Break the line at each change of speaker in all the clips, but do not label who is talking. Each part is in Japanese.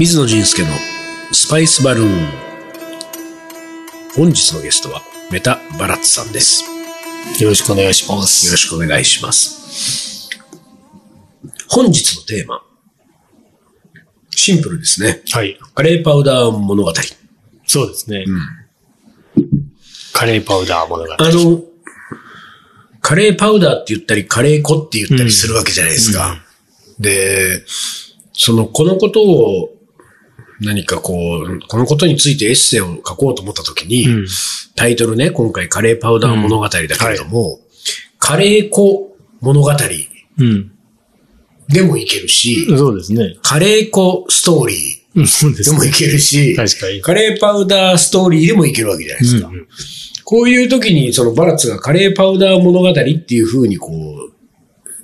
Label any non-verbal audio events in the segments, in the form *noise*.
水野仁介のスパイスバルーン本日のゲストはメタ・バラッツさんです
よろしくお願いしま
よ
す
ろ。しくお願いします本日のテーマシンプルですね
はい。
カレーパウダー物語
そうですね。カレーパウダー物語。
あの、カレーパウダーって言ったり、カレー粉って言ったりするわけじゃないですか。で、その、このことを、何かこう、このことについてエッセイを書こうと思ったときに、
うん
タイトルね、今回カレーパウダー物語だけれども、カレー粉物語
うん。
でもいけるし、
そうですね。
カレー粉ストーリ
うん、そうで
ーでもいけるし、
確かに。
カレーパウダーストーリーでもいけるわけじゃないですか。
うん
こういう時に、そのバラッツがカレーパウダー物語っていう風にこう、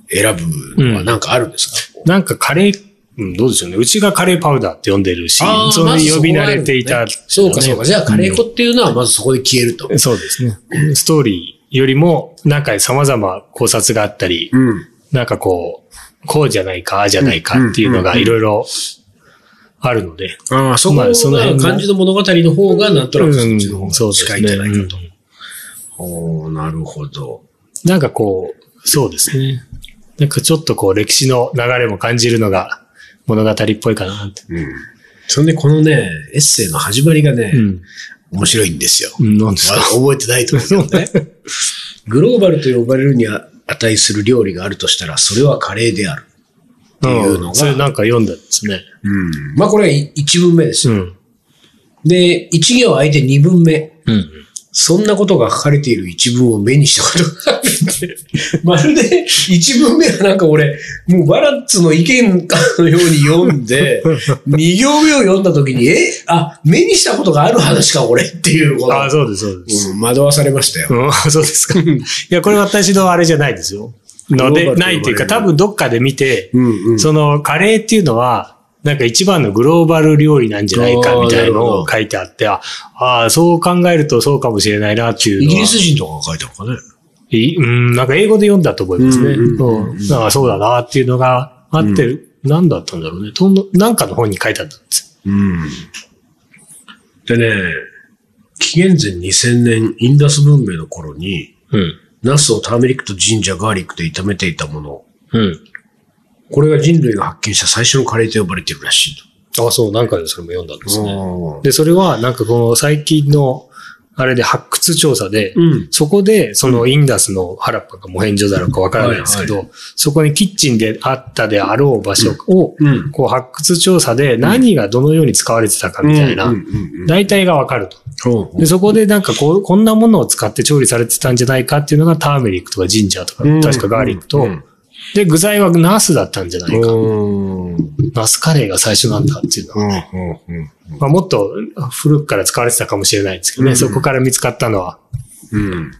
選ぶのはなんかあるんですか、
なんかカレー、うん、どうでしょうね。うちがカレーパウダーって呼んでるし
あー、
そ
ま
れ
ず
に
そ
呼
こ
び
はあ
慣
る
れていた、
そうかそうか。じゃあカレー粉っていうのはまずそこで消えると。
そうですね。ストーリーよりも、なんか様々考察があったり、
うん。
なんかこう、こうじゃないか、ああじゃないかっていうのがいろいろあるので、
ああ、そこ
まあその
が
辺の
感じの物語の方がなんとなくそっちの
う
方
んそう
が
です
近
ね
いんじゃないかと。
うん
おーなるほど。
なんかこう、そうですね。なんかちょっとこう歴史の流れも感じるのが物語っぽいかなって。
うん。そんでこのね、エッセイの始まりがね、
うん。
面白いんですよ。
うん、なんです
わ
か。
覚えてないと思うけどね。グローバルと呼ばれるに値する料理があるとしたら、それはカレーである。
う
いうのが
ん。それなんか読んだんですね。
うん。まあこれは1文目です
う
よ。
ん。
で、1行空いて2文目。
うん。
そんなことが書かれている一文を目にしたことがあるって。 *laughs* まるで一文目はなんか俺、もうバラッツの意見かのように読ん *laughs* で、二行目を読んだ時に、えあ、目にしたことがある話か俺っていうこと。
ああ、そうです、そうです。
うん惑わされましたよ。
うん、 *laughs* そうですか。いや、これ私のあれじゃないですよ。
グ
の
ロ
で、
ーバルと
な
呼ばれる
いっていうか、多分どっかで見て、
うんうん
そのカレーっていうのは、なんか一番のグローバル料理なんじゃないかみたいなのを書いてあって、ああー、そう考えるとそうかもしれないなっていうの
イ
は。
ギリス人とかが書いたのかね。
いうん、なんか英語で読んだと思いますね。
うんうんうん
うん。だからそうだなっていうのがあってる。なんだったんだろうね。とんどなんかの本に書いてあったんです
うん。でね、紀元前2000年、インダス文明の頃に、
よ。
ナスをターメリックとジンジャー、ガーリックで炒めていたもの。
うん。う
これが人類が発見した最初のカレーと呼ばれているらしいと。
ん。あ、そう、なんかでそれも読んだんですね。
う
で、それはなんかこの最近の、あれで発掘調査で、
ん。
そこで、そのインダスの原っぱかモヘンジョダロかわからないですけど、
は
そこにキッチンであったであろう場所を、
うん。
こう発掘調査で何がどのように使われてたかみたいな、
うんうん
大体がわかると。
うん
で、そこでなんかこう、こんなものを使って調理されてたんじゃないかっていうのがターメリックとかジンジャーとか、
うん
確かガーリックと、
うん
で、具材はナスだったんじゃないか。
うん。
ナスカレーが最初なんだっていうのは。
うん。
まあ、もっと古くから使われてたかもしれないですけどね、
うん
そこから見つかったのは。
うん。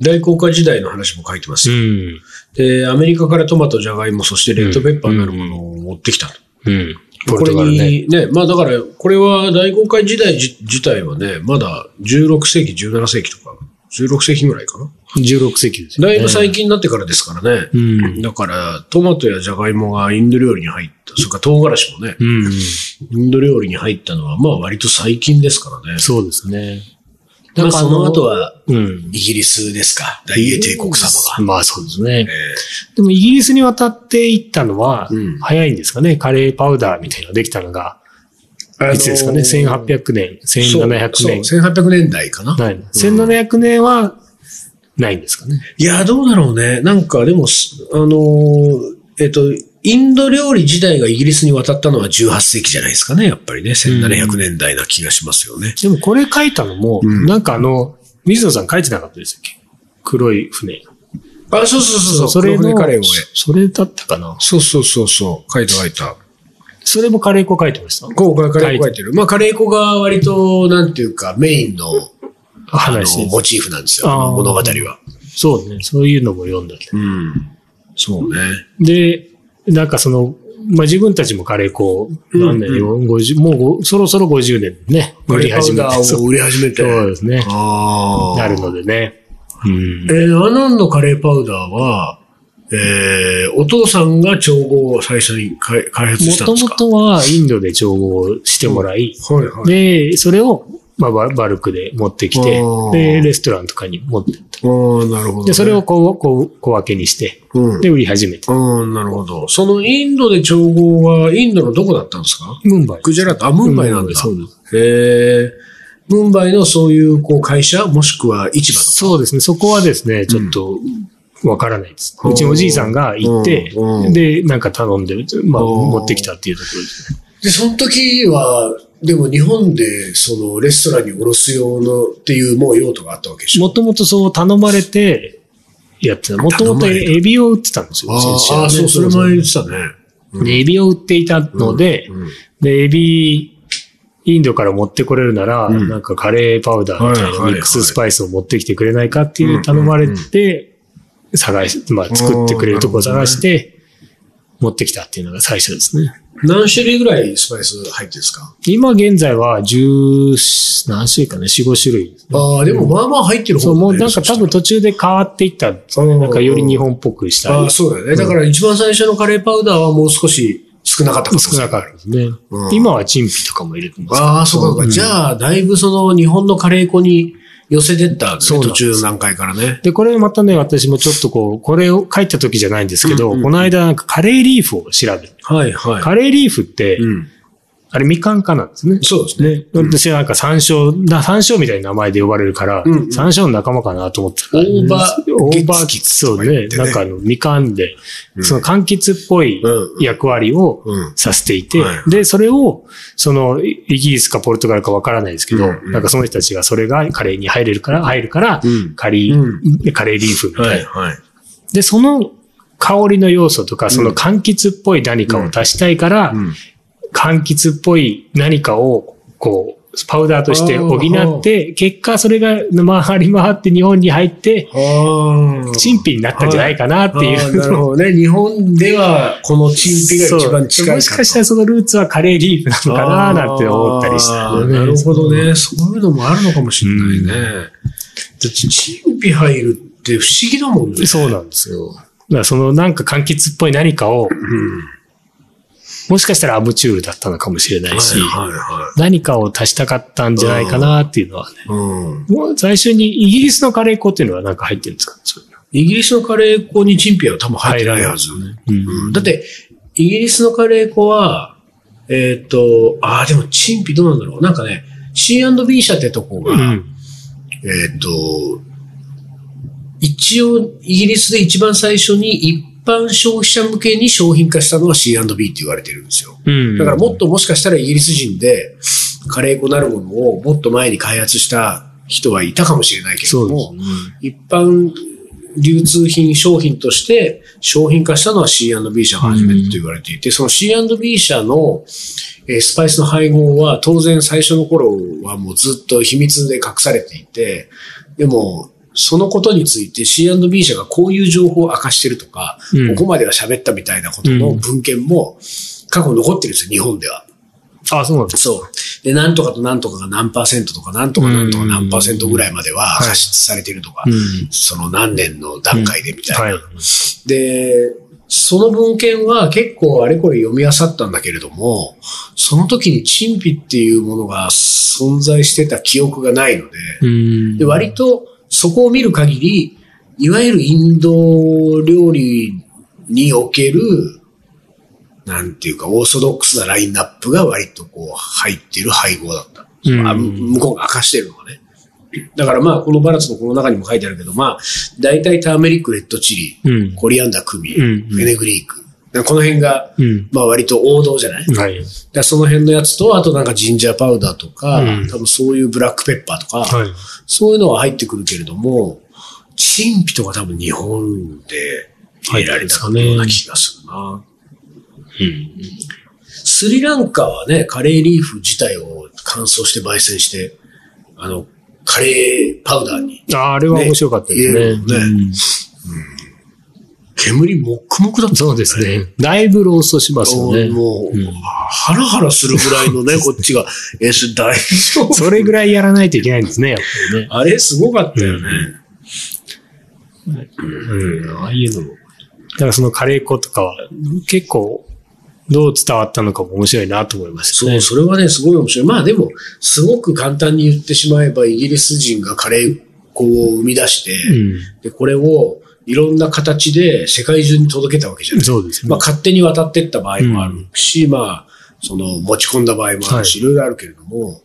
大航海時代の話も書いてます
う
よ。
ん。
で、アメリカからトマト、ジャガイモ、そしてレッドペッパーなるものを持ってきたと。
うん。ポ
これ
ルトガルね。
に、ね、まあだから、これは大航海時代じ自体はね、まだ16世紀、17世紀とか、16世紀ぐらいかな。
16世紀ですよ
だ
ね。
いぶ最近になってからですからね。
うん。
だから、トマトやジャガイモがインド料理に入った、それから唐辛子もね、
うん。
インド料理に入ったのは、まあ割と最近ですからね。
そうですね。
まあその後
は、
は、
うん。
イギリスですか。大英帝国様が。
まあそうですね
え。
でもイギリスに渡っていったのは
うん、
早いんですかね、カレーパウダーみたいなのができたのが、
え
いつですかね、1800年、1700年。
そうそう1800年代かな。
ないな。1700年はないんですかね。
いや、どうだろうね。なんか、でも、すあのーえっと、インド料理自体がイギリスに渡ったのは18世紀じゃないですかね。やっぱりね。1700年代な気がしますよね。
でもこれ書いたのも、
うん
なんかあの、水野さん書いてなかったですっけ黒い船。
あ、そうそうそうそう。
それ
黒
の
船カレーをね
それだったかな。
そうそうそうそう。書いた書いた。
それもカレー粉書いてました。
こう、カレー粉書いてる。まあ、カレー粉が割と、なんていうか、メインの、あの
話、
モチーフなんですよ。
あー
物語は。
そうね。そういうのも読んだ。
うん。そうね。
で、なんかその、まあ、自分たちもカレー粉、何年、
う
50もうごそろそろ50年ね、
カ
売
レ
り
ーパ
始
ウ
め
ダ
て、
ー
そ
を売り始めて。
うそうですね。
ああ。
なるのでね。うん
えーアナンのカレーパウダーは、えー、お父さんが調合を最初に開開発したん
も
です
とも
か
とはインドで調合してもらい、
はいはい。
で、それを、まあ、ババルクで持ってきて
あー、
で、レストランとかに持ってった。
ああ、なるほど、ね。
で、それをこう、こう、小分けにして、
うん。
で、売り始めて。
ああ、なるほど。そのインドで調合は、インドのどこだったんですか
ムンバイ。
グジャラット、あ、ムンバイなんだ。
そうです。
へえ。ムンバイのそういうこう会社、もしくは市場とか。
そうですね。そこはですね、ちょっと、わからないです。
うん
うちのおじいさんが行って
うん、
で、なんか頼んで、まあ、
うん
持ってきたっていうところですね。
で、その時は、でも日本でそのレストランに卸す用のっていうもう用途があったわけでしょ。
もともとそう頼まれて、やってた。もともと
頼まれた
エビを売ってたんですよ。
あ
うち
ー
の
あー、
父
そう、それ
親は
前言ってたね。
でエビを売っていたので、
うん
で、エビ、インドから持ってこれるなら、
ん
なんかカレーパウダーみたい
はい
な
はい
ミックススパイスを持ってきてくれないかっていう頼まれて、探し、まあ作ってくれるとこを探して、持ってきたっていうのが最初ですね。
何種類ぐらいスパイス入ってるんですか
今現在は十何種類かね、四五種類。
ああ、でもまあまあ入ってる
そ
方
う、も
も
うなんか多分途中で変わっていったんですね
うん
なんかより日本っぽくした
ああ、
り、
そうだよね。だから一番最初のカレーパウダーはもう少し少なかったかもし
少
れ
なかったですね
う。ん
今はチンピとかも入れてます。
ああ、そうかそうか。
ん
じゃあ、だいぶその日本のカレー粉に寄せてったんです
そう
ね、
なん
途
です
中の段階からね。
で、これまたね、私もちょっとこう、これを書いた時じゃないんですけど、
うんうん
この間なんかカレーリーフを調べる。
はいは
カレーリーフって、
うん。
あれみかんかなんですね。
そうですね。
ね、私はなんか山椒、だ山椒みたいな名前で呼ばれるから、
うんうん
山椒の仲間かなと思ってたから、
オーバー
オーバ
月
ー、そうね、
てね
なんかあの、みかんで、その柑橘っぽい
うん
役割を
うん
させていて、
はい
で、それを、その、イイギリスかポルトガルかわからないですけど、
うんうん
なんかその人たちがそれがカレーに入れるから、入るから、
うん
カリー、カレーリーフみたいな。
はいはい。
で、その香りの要素とか、その柑橘っぽい何かを足したいから、
うん
柑橘っぽい何かを、こう、パウダーとして補って、結果それが回り回って日本に入って、
ああ。
陳皮になったんじゃないかなってい
ああ
う。
なるほどね。日本では、このチンピが一番近い
そうもしかしたらそのルーツはカレーリーフなのかななんて思ったりした
あ
ん
ー
でね、
なるほどね。そういうのもあるのかもしれないね。だってチンピ入るって不思議だもんね。
そうなんですよ。だからそのなんか柑橘っぽい何かを、もしかしたらアムチュールだったのかもしれないし、
はいはいは
何かを足したかったんじゃないかなっていうのはね。
い。うん。
もう最初にイギリスのカレー粉っていうのはなんか入ってるんですかそういうの
イギリスのカレー粉にチンピは多分入ってないはずよね。うんだって、イギリスのカレー粉は、えっ、と、ああ、でも、チンピどうなんだろう。なんかね、C&B 社ってとこが、
うん。
えっ、と、一応、イギリスで一番最初に一般消費者向けに商品化したのは C&B って言われてるんですよ。
うん。
だからもっともしかしたらイギリス人でカレー粉なるものをもっと前に開発した人はいたかもしれないけれ
そ
ど
う
も、
ですね。
一般流通品商品として商品化したのは C&B 社が初めてと言われていて、その C&B 社のえースパイスの配合は当然最初の頃はもうずっと秘密で隠されていて、でも、そのことについて C&B 社がこういう情報を明かしてるとか、
うん
ここまでは喋ったみたいなことの文献も過去残ってるんですよ、日本では。
あ、そうなんです。
そう。で、なんとかとなんとかが何パーセントとか、なんとかなんとか何パーセントぐらいまでは発出されてるとか、
うん
その何年の段階でみたいな。
はい。
で、その文献は結構あれこれ読み漁ったんだけれども、その時に陳皮っていうものが存在してた記憶がないので、
うん
で割とそこを見る限り、いわゆるインド料理における、なんていうか、オーソドックスなラインナップが割とこう入ってる配合だった。
うん
あ向こうが明かしてるのがね。だからまあ、このバラツのこの中にも書いてあるけど、まあ、大体ターメリック、レッドチリ、
うん
コリアンダー、クミン、
うんうん
フェネグリーク。だからこの辺が、
うん
まあ割と王道じゃない、
はい。
だからその辺のやつと、あとなんかジンジャーパウダーとか、
うん
多分そういうブラックペッパーとか、
はい。
そういうのは入ってくるけれども、陳皮とか多分日本で入れられたような気がするな。スリランカはね、カレーリーフ自体を乾燥して焙煎して、あの、カレーパウダーに。
ああれは面白かったです
ね
ね。
ね煙もっくもくだっ
うん
た
そうですね。だいぶローストしますよね。
もう、ハラハラするぐらいのね、こっちが、え、それ大丈夫
それぐらいやらないといけないんですね、やっぱりね。
あれすごかったよね。
うん、ああいうのも。だからそのカレー粉とかは、結構、どう伝わったのかも面白いなと思いました
そう、
ね。
それはね、すごい面白い。まあでも、すごく簡単に言ってしまえば、イギリス人がカレー粉を生み出して、で、これをいろんな形で世界中に届けたわけじゃ
う。
なんい。
そうですね。
まあ勝手に渡ってった場合もあるし、まあ、その持ち込んだ場合もあるし、いろいろあるけれども、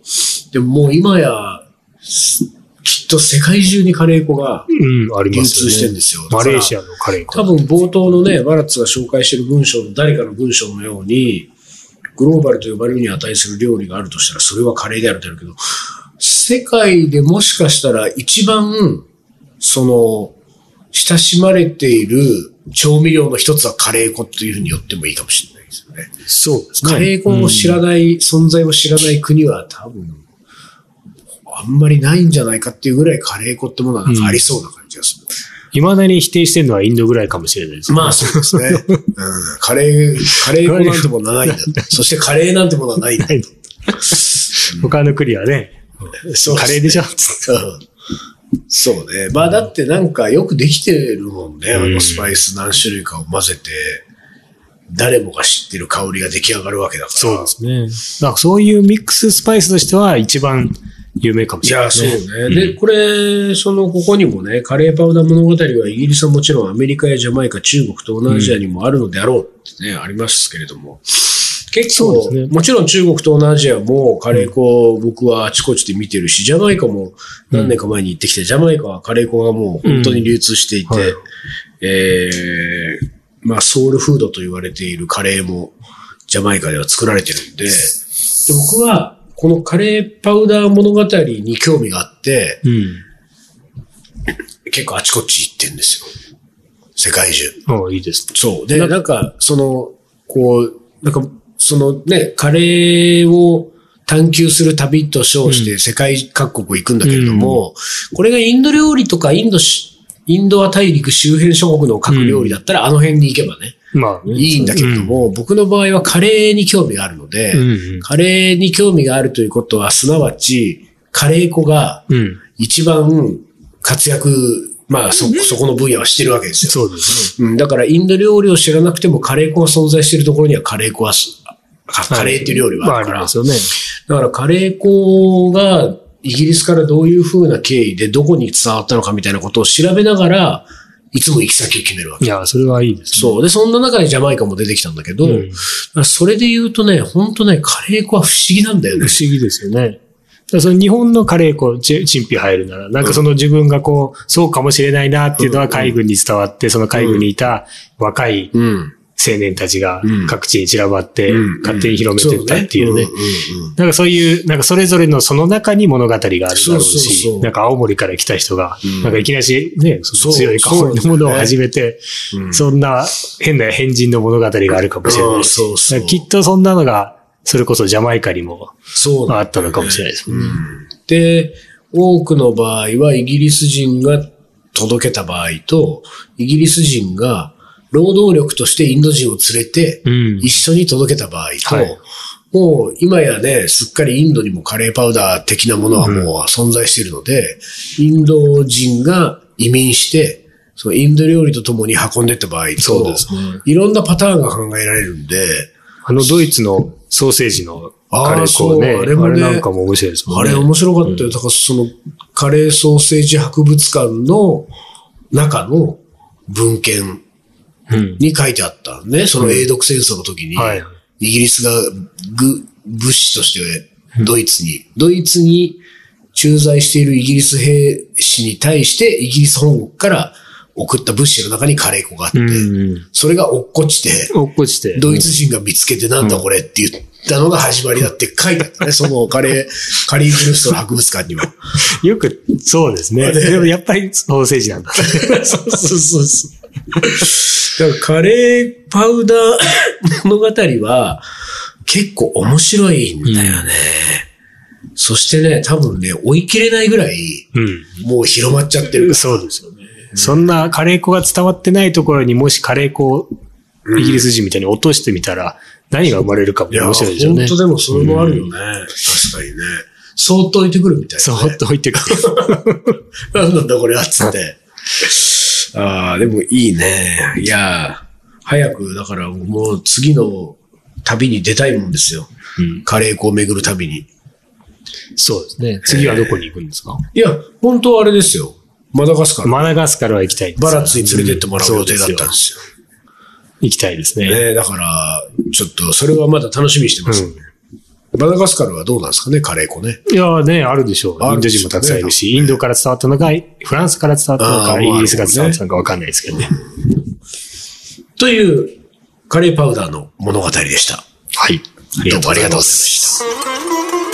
でももう今や、すきっと世界中にカレー粉が
うん、あり
流
ます
通
よね。
してるんですよ。
マレーシ
ア。
アのカレー
多
粉。
分冒頭のね、バラッツが紹介してる文章の誰かの文章のように、グローバルと呼ばれるに値する料理があるとしたら、それはカレーであるとあるけど、世界でもしかしたら一番、その、親しまれている調味料の一つはカレー粉っていうふうに言ってもいいかもしれないですよね。
そうですね。
カレー粉を知らない、存在を知らない国は多分、あんまりないんじゃないかっていうぐらいカレー粉ってものはなんかありそうな感じがする。
いまだに否定してるのはインドぐらいかもしれないですね。
まあそうですね。うん、カレー、カレー粉なんてものはないんだ。そしてカレーなんてものは
*laughs*
ないんだ。
ないの他の国はね、
そう
カレーでしょつって
うんそうね。まあだってなんかよくできてるもんね。あ
う
の
ん
スパイス何種類かを混ぜて、誰もが知ってる香りが出来上がるわけだから。
そうですね。だからそういうミックススパイスとしては一番有名かも
い
しれない
や、
で
そ
す
う
ね。
ね。で、これ、その、ここにもね、カレーパウダー物語はイギリスはもちろんアメリカやジャマイカ、中国、東南アジアにもあるのであろうってね、ありますけれども。結
そうで
構、
すね
もちろん中国、東南アジアもカレー粉を僕はあちこちで見てるし、ジャマイカも何年か前に行ってきて、ジャマイカはカレー粉がもう本当に流通していて、
うんはい
えーまあ、ソウルフードと言われているカレーもジャマイカでは作られてるんで、で僕はこのカレーパウダー物語に興味があって、結構あちこち行ってんですよ。世界中。
うん。あいいですね。
そう。で、なんか、その、こう、なんか、そのね、カレーを探求する旅と称して世界各国行くんだけれども、これがインド料理とかインドし、インドア大陸周辺諸国の各料理だったら、あの辺に行けばね、
まあね、
いいんだけれども、僕の場合はカレーに興味があるので、
うん。うん。
カレーに興味があるということは、すなわち、カレー粉が
うん。
一番活躍、まあそ、そこの分野はしてるわけですよ。
そうです
うん、だからインド料理を知らなくてもカレー粉が存在しているところにはカレー粉はす、か
ね。
カレーっていう料理はあるか
まあ、
ら。
ありますよね。
だからカレー粉がイギリスからどういう風な経緯でどこに伝わったのかみたいなことを調べながら、いつも行き先を決めるわけ。
いや、それはいいですね。
そう。で、そんな中でジャマイカも出てきたんだけど、
うん
だからそれで言うとね、ほんとね、カレー粉は不思議なんだよね
不。思議ですよね。だからその日本のカレー粉、ちチンピ入るなら、なんかその自分がこう、そうかもしれないなっていうのは海軍に伝わって、その海軍にいた若い
うん。
青年たちが
うん
各地に散らばって
うん
勝手に広めてったっていうね
そ。うんうんうん
なんかそういう、なんかそれぞれのその中に物語があるだろう
そうそうそ
し
う、
なんか青森から来た人が
うん、
なんかいきなりね、そ
そ
の
う
強い香りのものを始めて
よねう、ん
そんな変な変人の物語があるかもしれないし
うんそうそう
なんかきっとそんなのが、それこそジャマイカにも
そう
ま
な
ああ
んだよね
ったのかもしれないですもんね。
で、多くの場合はイギリス人が届けた場合と、イギリス人が労働力としてインド人を連れて
うん
一緒に届けた場合と、
はい
もう今やね、すっかりインドにもカレーパウダー的なものはもう存在しているので、インド人が移民して、そのインド料理と共に運んでった場合
そう
と
で、すね
いろんなパターンが考えられるんで、
あのドイツのソーセージの
あ
カレー粉
ー
ね、
そう
あ
あ
れ
れもね
なんかも面白いですも
あ
んね。
れ面白かったよ。だからその、カレーソーセージ博物館の中の文献
うん
に書いてあったね。その英独戦争の時に、
はい
イギリスがぐ物資としてドイツに、ドイツに駐在しているイギリス兵士に対して、イギリス本国から送った物資の中にカレー粉があって、
うん。
それが落っこちて、
落っこちて。
ドイツ人が見つけてなんだこれって言ったのが始まりだって書いてあった *laughs* ね。そのカレー、 *laughs* カリーグルフスの博物館には。
よく、そうですね。でもやっぱりソーセージなん
*laughs*
だ。
そうそうそうそう。だからカレーパウダー物語は結構面白いんだよね。そしてね、多分ね、追い切れないぐらい、
う
もう広まっちゃってる
ん。。そうですよね。そんなカレー粉が伝わってないところにもしカレー粉をイギリス人みたいに落としてみたら何が生まれるかも
いや、
面白いですよ
本
ね。
当でもそれもあるよね。確かにね。そーっと置いてくるみたいな、
そ
ね。
ーっと置いてか。
なんなんだこれはっつって。ああ、でもいいね。いやー、早く、だからもう次の旅に出たいもんですよ。
うん。
カレー粉を巡る旅に。
そうですね。次はどこに行くんですか
いや、本当はあれですよ。マダガスカル。
マダガスカルは行きたいです
バラッツに連れてってもらう予定だったんで
そ
すよ。
うですよ行きたいですね。
ねえだから、ちょっと、それはまだ楽しみにしてます。マダガスカルはどうなんですかね、カレー粉ね。
いやーね、あるでしょう。イ
ある
ンド
でし
人
ょうね
もたくさんいるし、インドから伝わったのか、フランスから伝わったの
あ
か、
ー
イギリスから伝わったのかわかんないですけどね。
という、カレーパウダーの物語でした。
はい。ありがとうございます。
した。